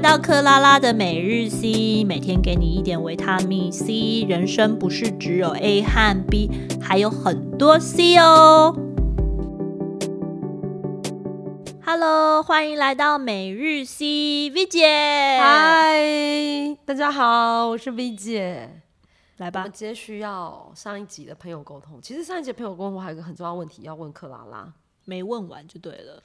到克拉拉的每日 C，每天给你一点维他命 C。人生不是只有 A 和 B，还有很多 C 哦。Hello，欢迎来到每日 C，V 姐，嗨，大家好，我是 V 姐。来我吧们。接续要上一集的朋友沟通。其实上一集的朋友沟通还有一个很重要的问题要问克拉拉，没问完就对了，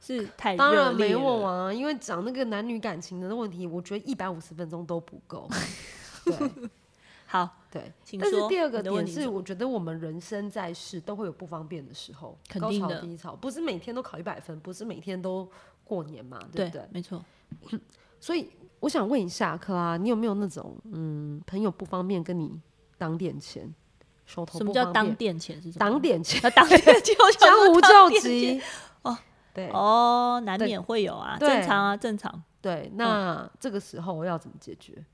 是太当热然烈没问了完啊，因为讲那个男女感情的问题，我觉得一百五十分钟都不 够。对好，对，请但是说第二个你的问点题是，我觉得我们人生在世都会有不方便的时候，肯高定潮的低潮，不是每天都考一百分，不是每天都过年嘛，对对不对？没错。所以我想问一下克拉，你有没有那种嗯，朋友不方便跟你挡点钱，手头什不么叫方当便，垫钱是什么？挡 点钱，啊当 垫就江湖当救垫钱急哦，对哦，难对免会有啊，对正常啊，正常。对，那这个时候要怎么解决？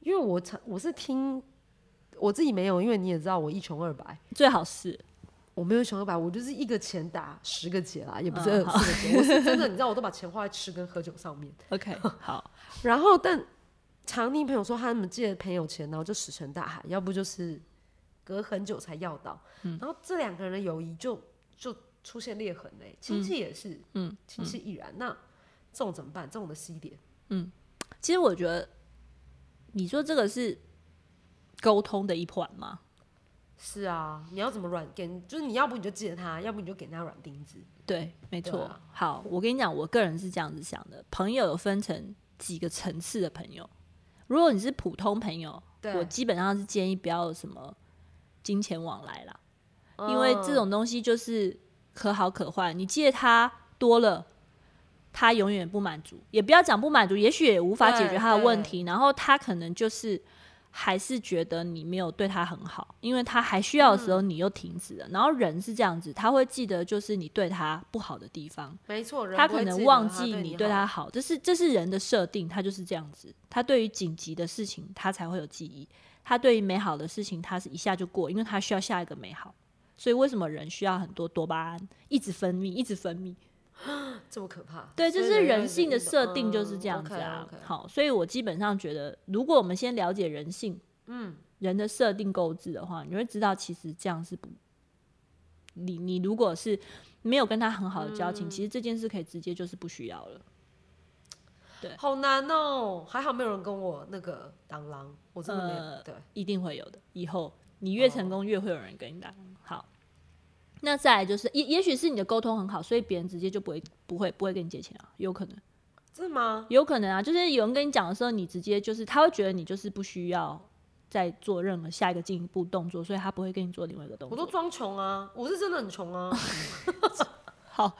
因为我常我是听我自己没有，因为你也知道我一穷二白，最好是我没有一穷二白，我就是一个钱打十个结啦，也不是嗯二十个结，我是真的，你知道我都把钱花在吃跟喝酒上面。 OK，好， 然后，但常听朋友说他们借朋友钱，然后就石沉大海，要不就是隔很久才要到。嗯然后这两个人的友谊就就出现裂痕嘞、欸亲戚也是，嗯，亲戚亦然。那这种怎么办？这种的 C 点，其实我觉得你说这个是沟通的一环吗？是啊，你要怎么软给人？就是你要不你就记得他，要不你就给他软钉子。对，没对错。啊好，我跟你讲，我个人是这样子想的，朋友有分成几个层次的朋友。如果你是普通朋友，对，我基本上是建议不要有什么金钱往来啦，因为这嗯种东西就是可好可坏，你借他多了。他永远不满足，也不要讲不满足，也许也无法解决对他的问题。然后他可能就是还是觉得你没有对他很好，因为他还需要的时嗯候你又停止了。然后人是这样子，他会记得就是你对他不好的地方，没错，人他不会可能记得忘他记你对好他好，这是这是人的设定，他就是这样子。他对于紧急的事情，他才会有记忆；他对于美好的事情，他是一下就过，因为他需要下一个美好。所以为什么人需要很多多巴胺，一直分泌，一直分泌？这么可怕。对，这所以是人类性的运动设定就是嗯这样子啊。 OK，OK 好，所以我基本上觉得，如果我们先了解人性，嗯，人的设定构置的话，你会知道其实这样是不，你你如果是没有跟他很好的交嗯情，其实这件事可以直接就是不需要了。 好难哦，还好没有人跟我那个当狼，我真的没有。呃对，一定会有的。以后你越成哦功，越会有人跟你打。好，那再来就是，也也许是你的沟通很好，所以别人直接就不会不会不会跟你借钱啊，有可能，真的吗？有可能啊，就是有人跟你讲的时候，你直接就是他会觉得你就是不需要再做任何下一个进一步动作，所以他不会跟你做另外一个动我都作。装穷啊，我是真的很穷啊。好，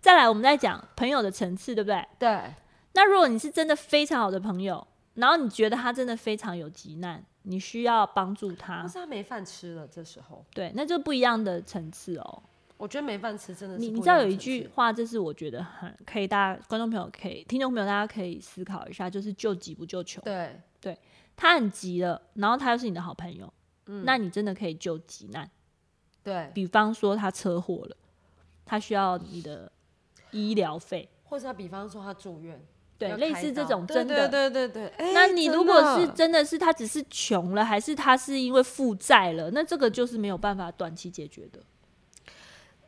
再来我们再讲朋友的层次，对不 对？对，那如果你是真的非常好的朋友，然后你觉得他真的非常有急难，你需要帮助但他，是他没饭吃了，这时候对，那就不一样的层次哦。我觉得没饭吃真的是你不你知样道的有一层句次，话，这是我觉得很可以，大家观众朋友可以，听众朋友大家可以思考一下，就是救急不救穷。对，他很急了，然后他又是你的好朋友，嗯那你真的可以救急难。对，比方说他车祸了，他需要你的医疗费，或者他比方说他住院，对，要类开似这刀种对真的。对对对对。哎那你真如果是的真的是他只是穷了，还是他是因为负债了，那这个就是没有办法短期解决的。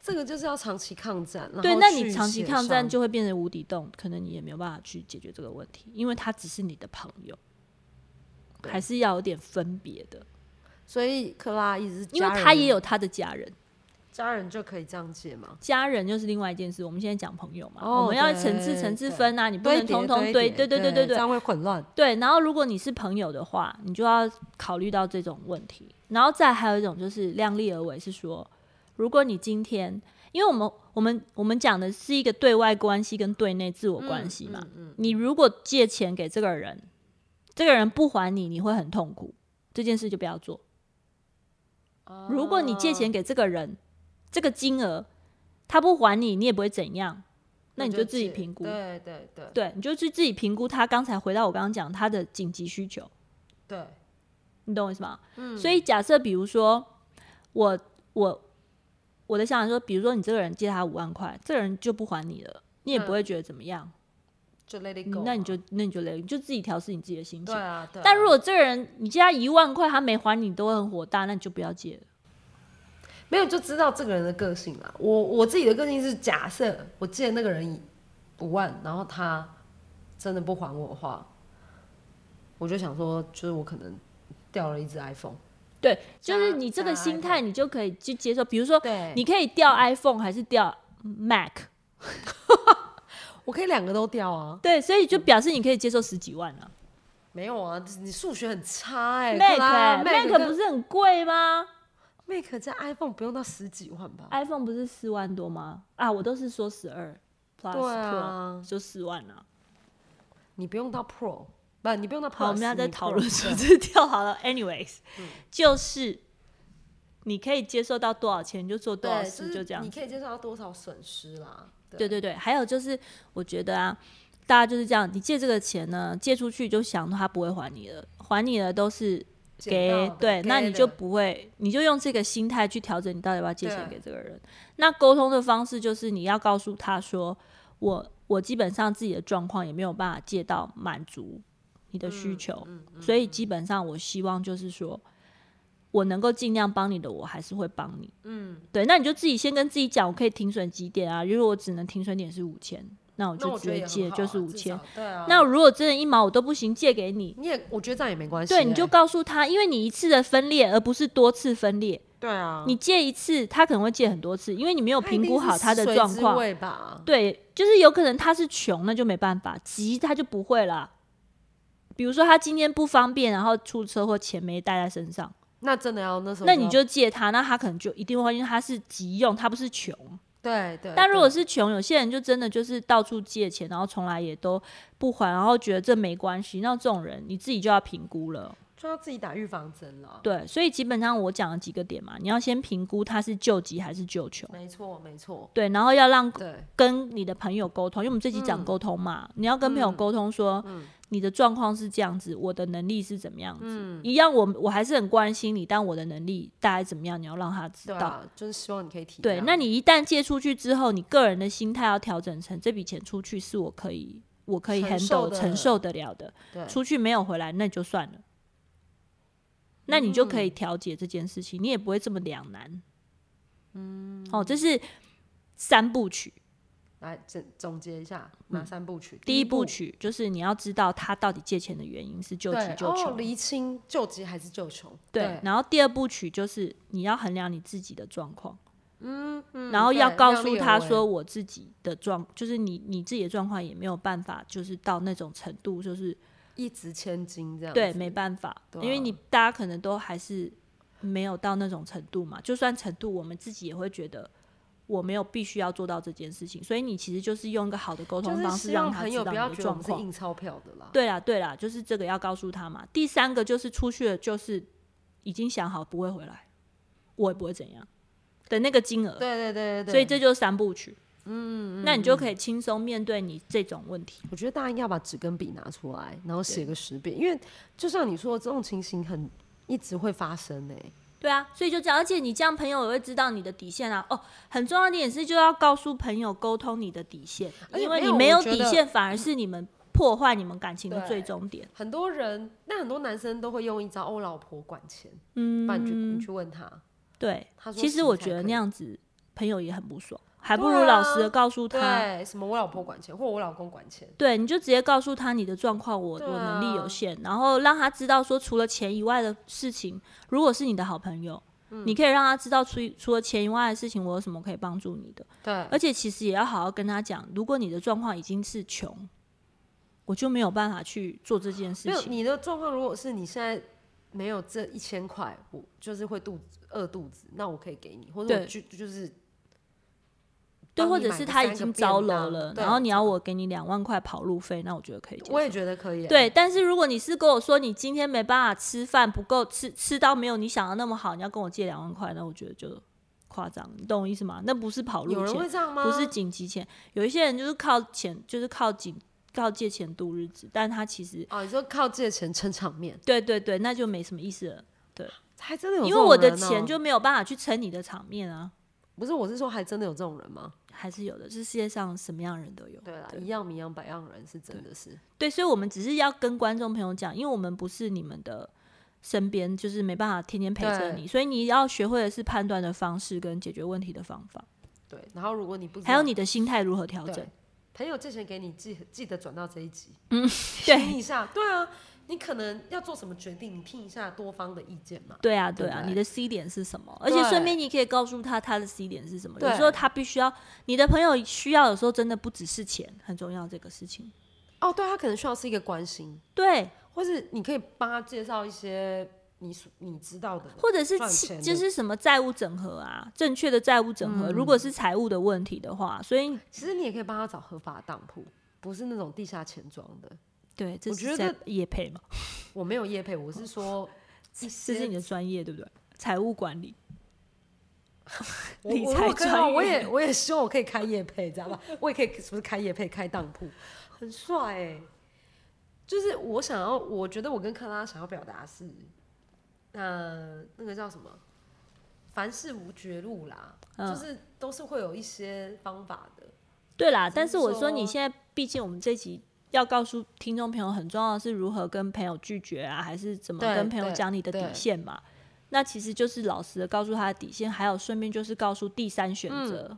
这个就是要长期抗战，然对，后那你去长期协抗战商就会变成无底洞，可能你也没有办法去解决这个问题，因为他只是你的朋友，还是要有点分别的，所以克拉一直是因为家他人也有他的家人，家人就可以这样借嘛，家人又是另外一件事。我们现在讲朋友嘛，哦我们要对层次层次对分啊，你不能堆叠通通堆对对对叠对对对对这样会混乱。对。然后如果你是朋友的话，你就要考虑到这种问题。然后再还有一种就是量力而为，是说，如果你今天，因为我们我们我们讲的是一个对外关系跟对内自我关系嗯嘛，你如果借钱给这个人，这个人不还你，你会很痛苦，这件事就不要做。嗯如果你借钱给这个人，这个金额他不还你，你也不会怎样，那你就自己借评估。对对对对，你就去自己评估他刚才回到我刚刚讲他的紧急需求，对，你懂我意思吗？嗯。所以假设比如说我我我的想法说，比如说你这个人借他五万块，这个人就不还你了，你也不嗯会觉得怎么样，就 let it go，那你嘛就那你就累，你就自己调试你自己的心对情。啊，对啊。但如果这个人你借他一万块，他没还你都很火大，那你就不要借了。没有就知道这个人的个性啦。我我自己的个性是，假设我借那个人五万，然后他真的不还我的话，我就想说，就是我可能掉了一只 iPhone。对，就是加你这个加心 iPhone 态，你就可以去接受。比如说，对你可以掉 iPhone 还是掉 Mac，我可以两个都掉啊？对，所以就表示你可以接受十几万啊。没有啊，你数学很差哎、 Mac 克拉欸 Mac Mac 不是很贵吗跟 Mac 加 iPhone 不用到十几万吧？ ？iPhone 不是四万多吗？啊，我都是说十二 Plus 对 Pro 啊就四万啊。你不用到 Pro，不，你不用到 Pro。好，我们要再你 Pro，讨论数对嗯字跳好了。Anyways，、就是你可以接受到多少啊钱你就做多少对，事，就是这样你。可以接受到多少损失啦？对对对，还有就是我觉得啊，大家就是这样，你借这个钱呢，借出去就想他不会还你了，还你了都是捡到给的对，给那你就的不会，你就用这个心态去调整你到底要不要借钱对啊给这个人。那沟通的方式就是你要告诉他说，我我基本上自己的状况也没有办法借到满足你的嗯需求，所以基本上我希望就是说。我能够尽量帮你的，我还是会帮你。嗯，对，那你就自己先跟自己讲，我可以停损几点啊？如果我只能停损点是五千，那我那就我直觉得接借也很好啊就是五至千少。对啊。那如果真的一毛我都不行，借给你，你也，我觉得这样也没关系欸、对，你就告诉他，因为你一次的分裂，而不是多次分裂。对啊，你借一次，他可能会借很多次，因为你没有评估好他的一定是状食髓知况。味吧？对，就是有可能他是穷，那就没办法；急他就不会啦。比如说他今天不方便，然后出车祸，钱没带在身上，那真的要那时候，那你就借他，那他可能就一定会，因为他是急用，他不是穷。对对。但如果哎对是穷，有些人就真的就是到处借钱，然后从来也都不还，然后觉得这没关系。那这种人，你自己就要评估了。就要自己打预防针了，对，所以基本上我讲了几个点嘛，你要先评估他是救急还是救穷，没错没错，对，然后要让对跟你的朋友沟通，因为我们这集嗯讲沟通嘛，你要跟朋友沟通说、你的状况是这样子，我的能力是怎么样子，嗯一样我我还是很关心你，但我的能力大概怎么样，你要让他知对道。啊，就是希望你可以体谅。对，那你一旦借出去之后，你个人的心态要调整成这笔钱出去是我可以，我可以承 handle 受的承受得了的，对出去没有回来那就算了，那你就可嗯以调节这件事情，你也不会这么两难。嗯，哦，这是三部曲，来总总结一下哪三部曲？嗯第一部部曲就是你要知道他到底借钱的原因是救急对救哦，穷。厘清救急还是救穷？对，，然后第二部曲就是你要衡量你自己的状况，嗯然后对欸要告量诉力而他为说，我自己的状，就是你你自己的状况也没有办法，就是到那种程度，就是一掷千金这样。对，没办法，对啊因为你大家可能都还是没有到那种程度嘛。就算程度，我们自己也会觉得我没有必须要做到这件事情，所以你其实就是用一个好的沟就通是方式，希让望他朋知友道不你要的觉得我状们是况。印钞票的啦。对啦，对啦，就是这个要告诉他嘛。第三个就是出去了，就是已经想好不会回来，我也不会怎样的那个金额。对对对对对，所以这就是三部曲。嗯，那你就可以轻松面对你这种问题。我觉得大家应该把纸跟笔拿出来，然后写个十遍，因为就像你说，的，这种情形很一直会发生欸诶、对啊，所以就这样，而且你这样朋友也会知道你的底线啊。哦，很重要的点是，就要告诉朋友沟通你的底线，而且因为没你有没有我觉得底线，反而是你们破坏你们感情的对最终点。很多人，那很多男生都会用一招“哦，老婆管钱”，嗯，不然你去你去问他，对，他说其是实我才觉得可以那样子朋友也很不爽，还不对如老啊实的告诉他。对，什么我老婆管钱，或我老公管钱，对，你就直接告诉他你的状况，我、对啊我能力有限，然后让他知道说，除了钱以外的事情，如果是你的好朋友，嗯你可以让他知道除除了钱以外的事情，我有什么可以帮助你的。对，而且其实也要好好跟他讲，如果你的状况已经是穷，我就没有办法去做这件事没有情。你的状况，如果是你现在没有这一千块，我就是会肚子饿肚子，那我可以给你，或者我对就就是对，帮或你者买是个他已三个经便糟楼当了，对然后你要我给你两万块跑路费，那我觉得可以接受。我也觉得可以、欸，对，但是如果你是跟我说你今天没办法吃饭，不够吃吃到没有你想的那么好，你要跟我借两万块，那我觉得就夸张，你懂我意思吗？那不是跑啊有路人钱，会这样吗？不是紧急钱。有一些人就是靠钱，就是靠紧靠借钱度日子，但他其实哦，你说靠借钱撑场面，对对对，那就没什么意思了，还真的有、哦因为我的钱就没有办法去撑你的场面啊。不是，我是说，还真的有这种人吗？还是有的，这世界上什么样的人都有。对啦，对一样米养百样人是真的是，对，所以我们只是要跟观众朋友讲，因为我们不是你们的身边，就是没办法天天陪着对你，所以你要学会的是判断的方式跟解决问题的方法，对。然后如果你不知道，还有你的心态如何调对整。朋友借钱给你，记记得转到这一集， 对，听一下。嗯对啊，你可能要做什么决定，你听一下多方的意见嘛。对啊，对啊，对你的 C 点是什么？而且顺便你可以告诉他他的 C 点是什么。有对时候他必须要，你的朋友需要，有时候真的不只是钱，很重要这个事情。哦，对他可能需要是一个关心，对，或是你可以帮他介绍一些你所你知道的，或者是赚其钱的嗯就是什么债务整合啊，正确的债务整合，如果是财务的问题的话，所以其实你也可以帮他找合法的当铺，不是那种地下钱庄的。对，这我是觉在得业配嘛，我没有业配，我 是说一这是些你的专业对不对？财务管理，我理我财如果可以的专话，业我也我也希望我可以开业配，知道吧？我也可以是不是开业配开当铺，很帅哎、就是我想要，我觉得我跟克拉想要表达的是，呃，那个叫什么？凡事无绝路啦，嗯就是都是会有一些方法的。对啦。只但是是我说说你现在，毕竟我们这集要告诉听众朋友，很重要的是如何跟朋友拒绝啊，还是怎么对跟朋友对讲你的底对线嘛。那其实就是老实的告诉他的底线，还有顺便就是告诉第三选择，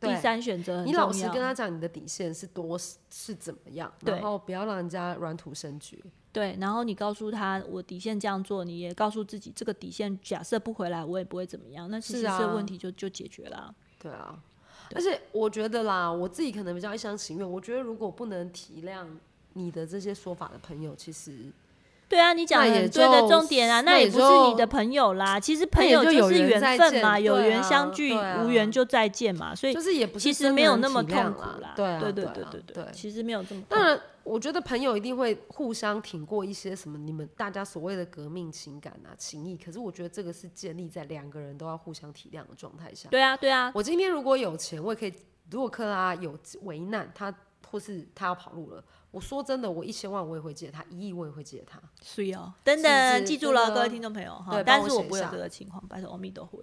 第嗯对三选择很你重要。老实跟他讲你的底线是多是是怎么样，对然后不要让人家软土生绝。对，然后你告诉他我底线这样做，你也告诉自己这个底线，假设不回来我也不会怎么样，那其实是这啊问题就、就解决了啊。对啊，而且我觉得啦，我自己可能比较一厢情愿。我觉得如果不能体谅你的这些说法的朋友，其实对啊，你讲那的也很对的就重点啊，那那也也不是就你的朋友啦，其实那朋也友就有是缘缘再分见嘛，有对缘啊相聚，对啊无缘就再见嘛，所以就是也不是其实真的没有能那么体痛谅苦啦啦。对啊，对对对啊对对。其实没有这么痛当苦。然，我觉得朋友一定会互相挺过一些什么你们大家所谓的革命情感啊、情谊。可是我觉得这个是建立在两个人都要互相体谅的状态下。对啊，对啊，我今天如果有钱，我也可以；如果克拉有危难，他或是他要跑路了，我说真的，我一千万我也会借他，一亿我也会借他。是哦。等是等，是记住这了，个各位听众朋友哈对，但帮是我我写不会有下这个情况，拜托阿弥陀 佛。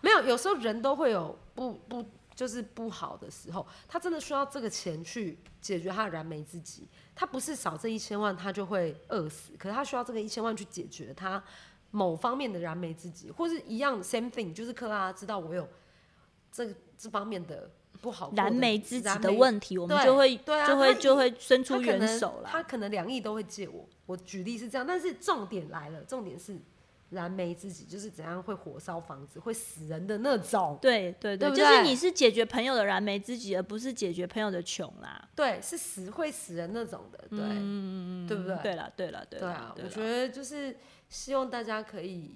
没有，有时候人都会有不不就是不好的时候，他真的需要这个钱去解决他的燃眉之急。他不是少这一千万他就会饿死，可是他需要这个一千万去解决他某方面的燃眉之急，或是一样 same thing，就是克拉知道我有这这方面的不好过的燃眉之急燃的眉问题，我们对就会对啊就他会一就会伸他出可援能手啦。他可能两亿都会借我。我举例是这样，但是重点来了，重点是燃眉之急，就是怎样会火烧房子、会死人的那种。对对对不就是对你是解决朋友的燃眉之急，而不是解决朋友的穷啦。对，是死会死人那种的，对，对不对？嗯对啦，对啦，对对啦啊，，对我啦觉得就是希望大家可以，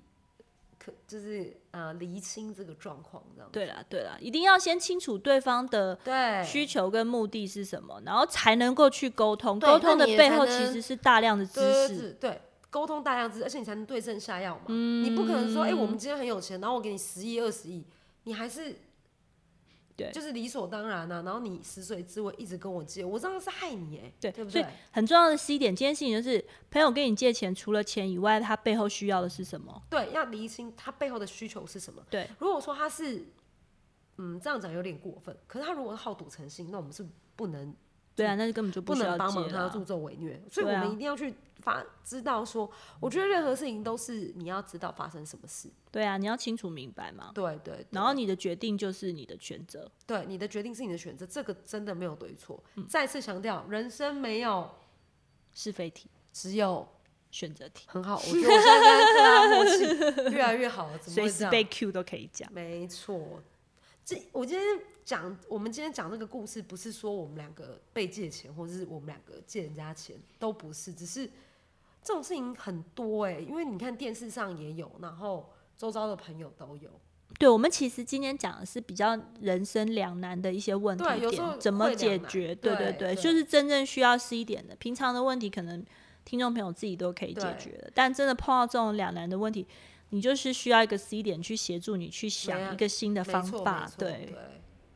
可就是呃厘清这个状况，这样对啦，对啦，一定要先清楚对方的对需求跟目的是什么，然后才能够去沟通。对沟通的那你也背后才其能实是大量的知对识。对对，沟通大量知识，而且你才能对症下药嘛。嗯你不可能说，哎、我们今天很有钱，然后我给你十亿、二十亿，你还是对就是理所当然啊。然后你死水之位一直跟我借，我这样是害你哎、对对不所以对？很重要的 C 点，今天事情就是朋友跟你借钱，除了钱以外，他背后需要的是什么？对，要厘清他背后的需求是什么。对，如果说他是，嗯，这样讲有点过分，可是他如果是好赌成性，那我们是不能对啊，那就根本就嗯不需要能帮借忙他啦。助纣为虐，所以我对啊们一定要去发知道说，我觉得任何事情都是你要知道发生什么事。对啊，你要清楚明白嘛。对对对然后你的决定就是你的选择。对，你的决定是你的选择，这个真的没有对错。嗯再次强调，人生没有是非题、只有选择题，很好。我觉得我现在跟克拉默契越来 越好了，怎么随会这时样？被 Q 都可以讲。没错，这我今天讲，我们今天讲这个故事，不是说我们两个被借钱，或者是我们两个借人家钱，都不是，只是这种事情很多哎、因为你看电视上也有，然后周遭的朋友都有。对，我们其实今天讲的是比较人生两难的一些问题对有时候点，怎么会解两难决？对对对对，对就是真正需要 C 点的，平常的问题可能听众朋友自己都可以解对决的，但真的碰到这种两难的问题，你就是需要一个 C 点去协助你去没啊想一个新的没方错没法。错对，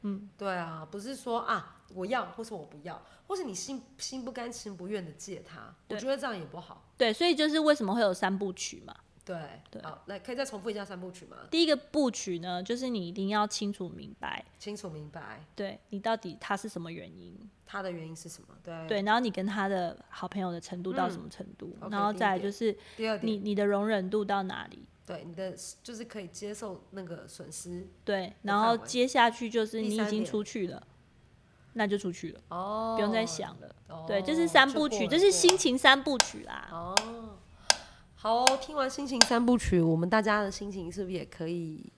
嗯，对啊，不是说啊我要，或是我不要，或是你心心不甘情不愿的借他，我对觉得这样也不好。对，所以就是为什么会有三部曲嘛？对，对好，来可以再重复一下三部曲吗？第一个部曲呢，就是你一定要清楚明白，清楚明白对你到底他是什么原因，它的原因是什么？对，对，然后你跟他的好朋友的程度到什么程度，嗯 OK，然后再来就是第二你点，你的容忍度到哪里，对你的就是可以接受那个损失对，然范后围接下去就是第你已三经点出去了，那就出去了，哦不用再。想了。哦对，这是三部曲，这是心情三部曲啦。哦。好哦，听完心情三部曲，我们大家的心情是不是也可以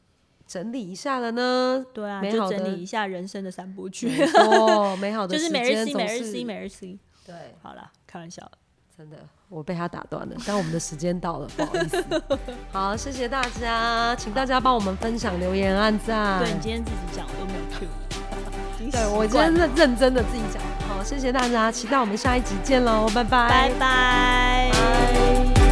整理一下了呢？对啊，美就好的整理一下人生的三部曲，没错，美好的 就是时每日间 C，总每日是 C，每日 C。对，好啦，开玩笑，真的，我被他打断了，但我们的时间到了，不好意思。 好，谢谢大家，请大家帮我们分享、留言、按赞。对你今天自己讲，我都没有 Q 你。对我今真天认认真的自己讲。好，谢谢大家，期待我们下一集见喽，拜拜拜。拜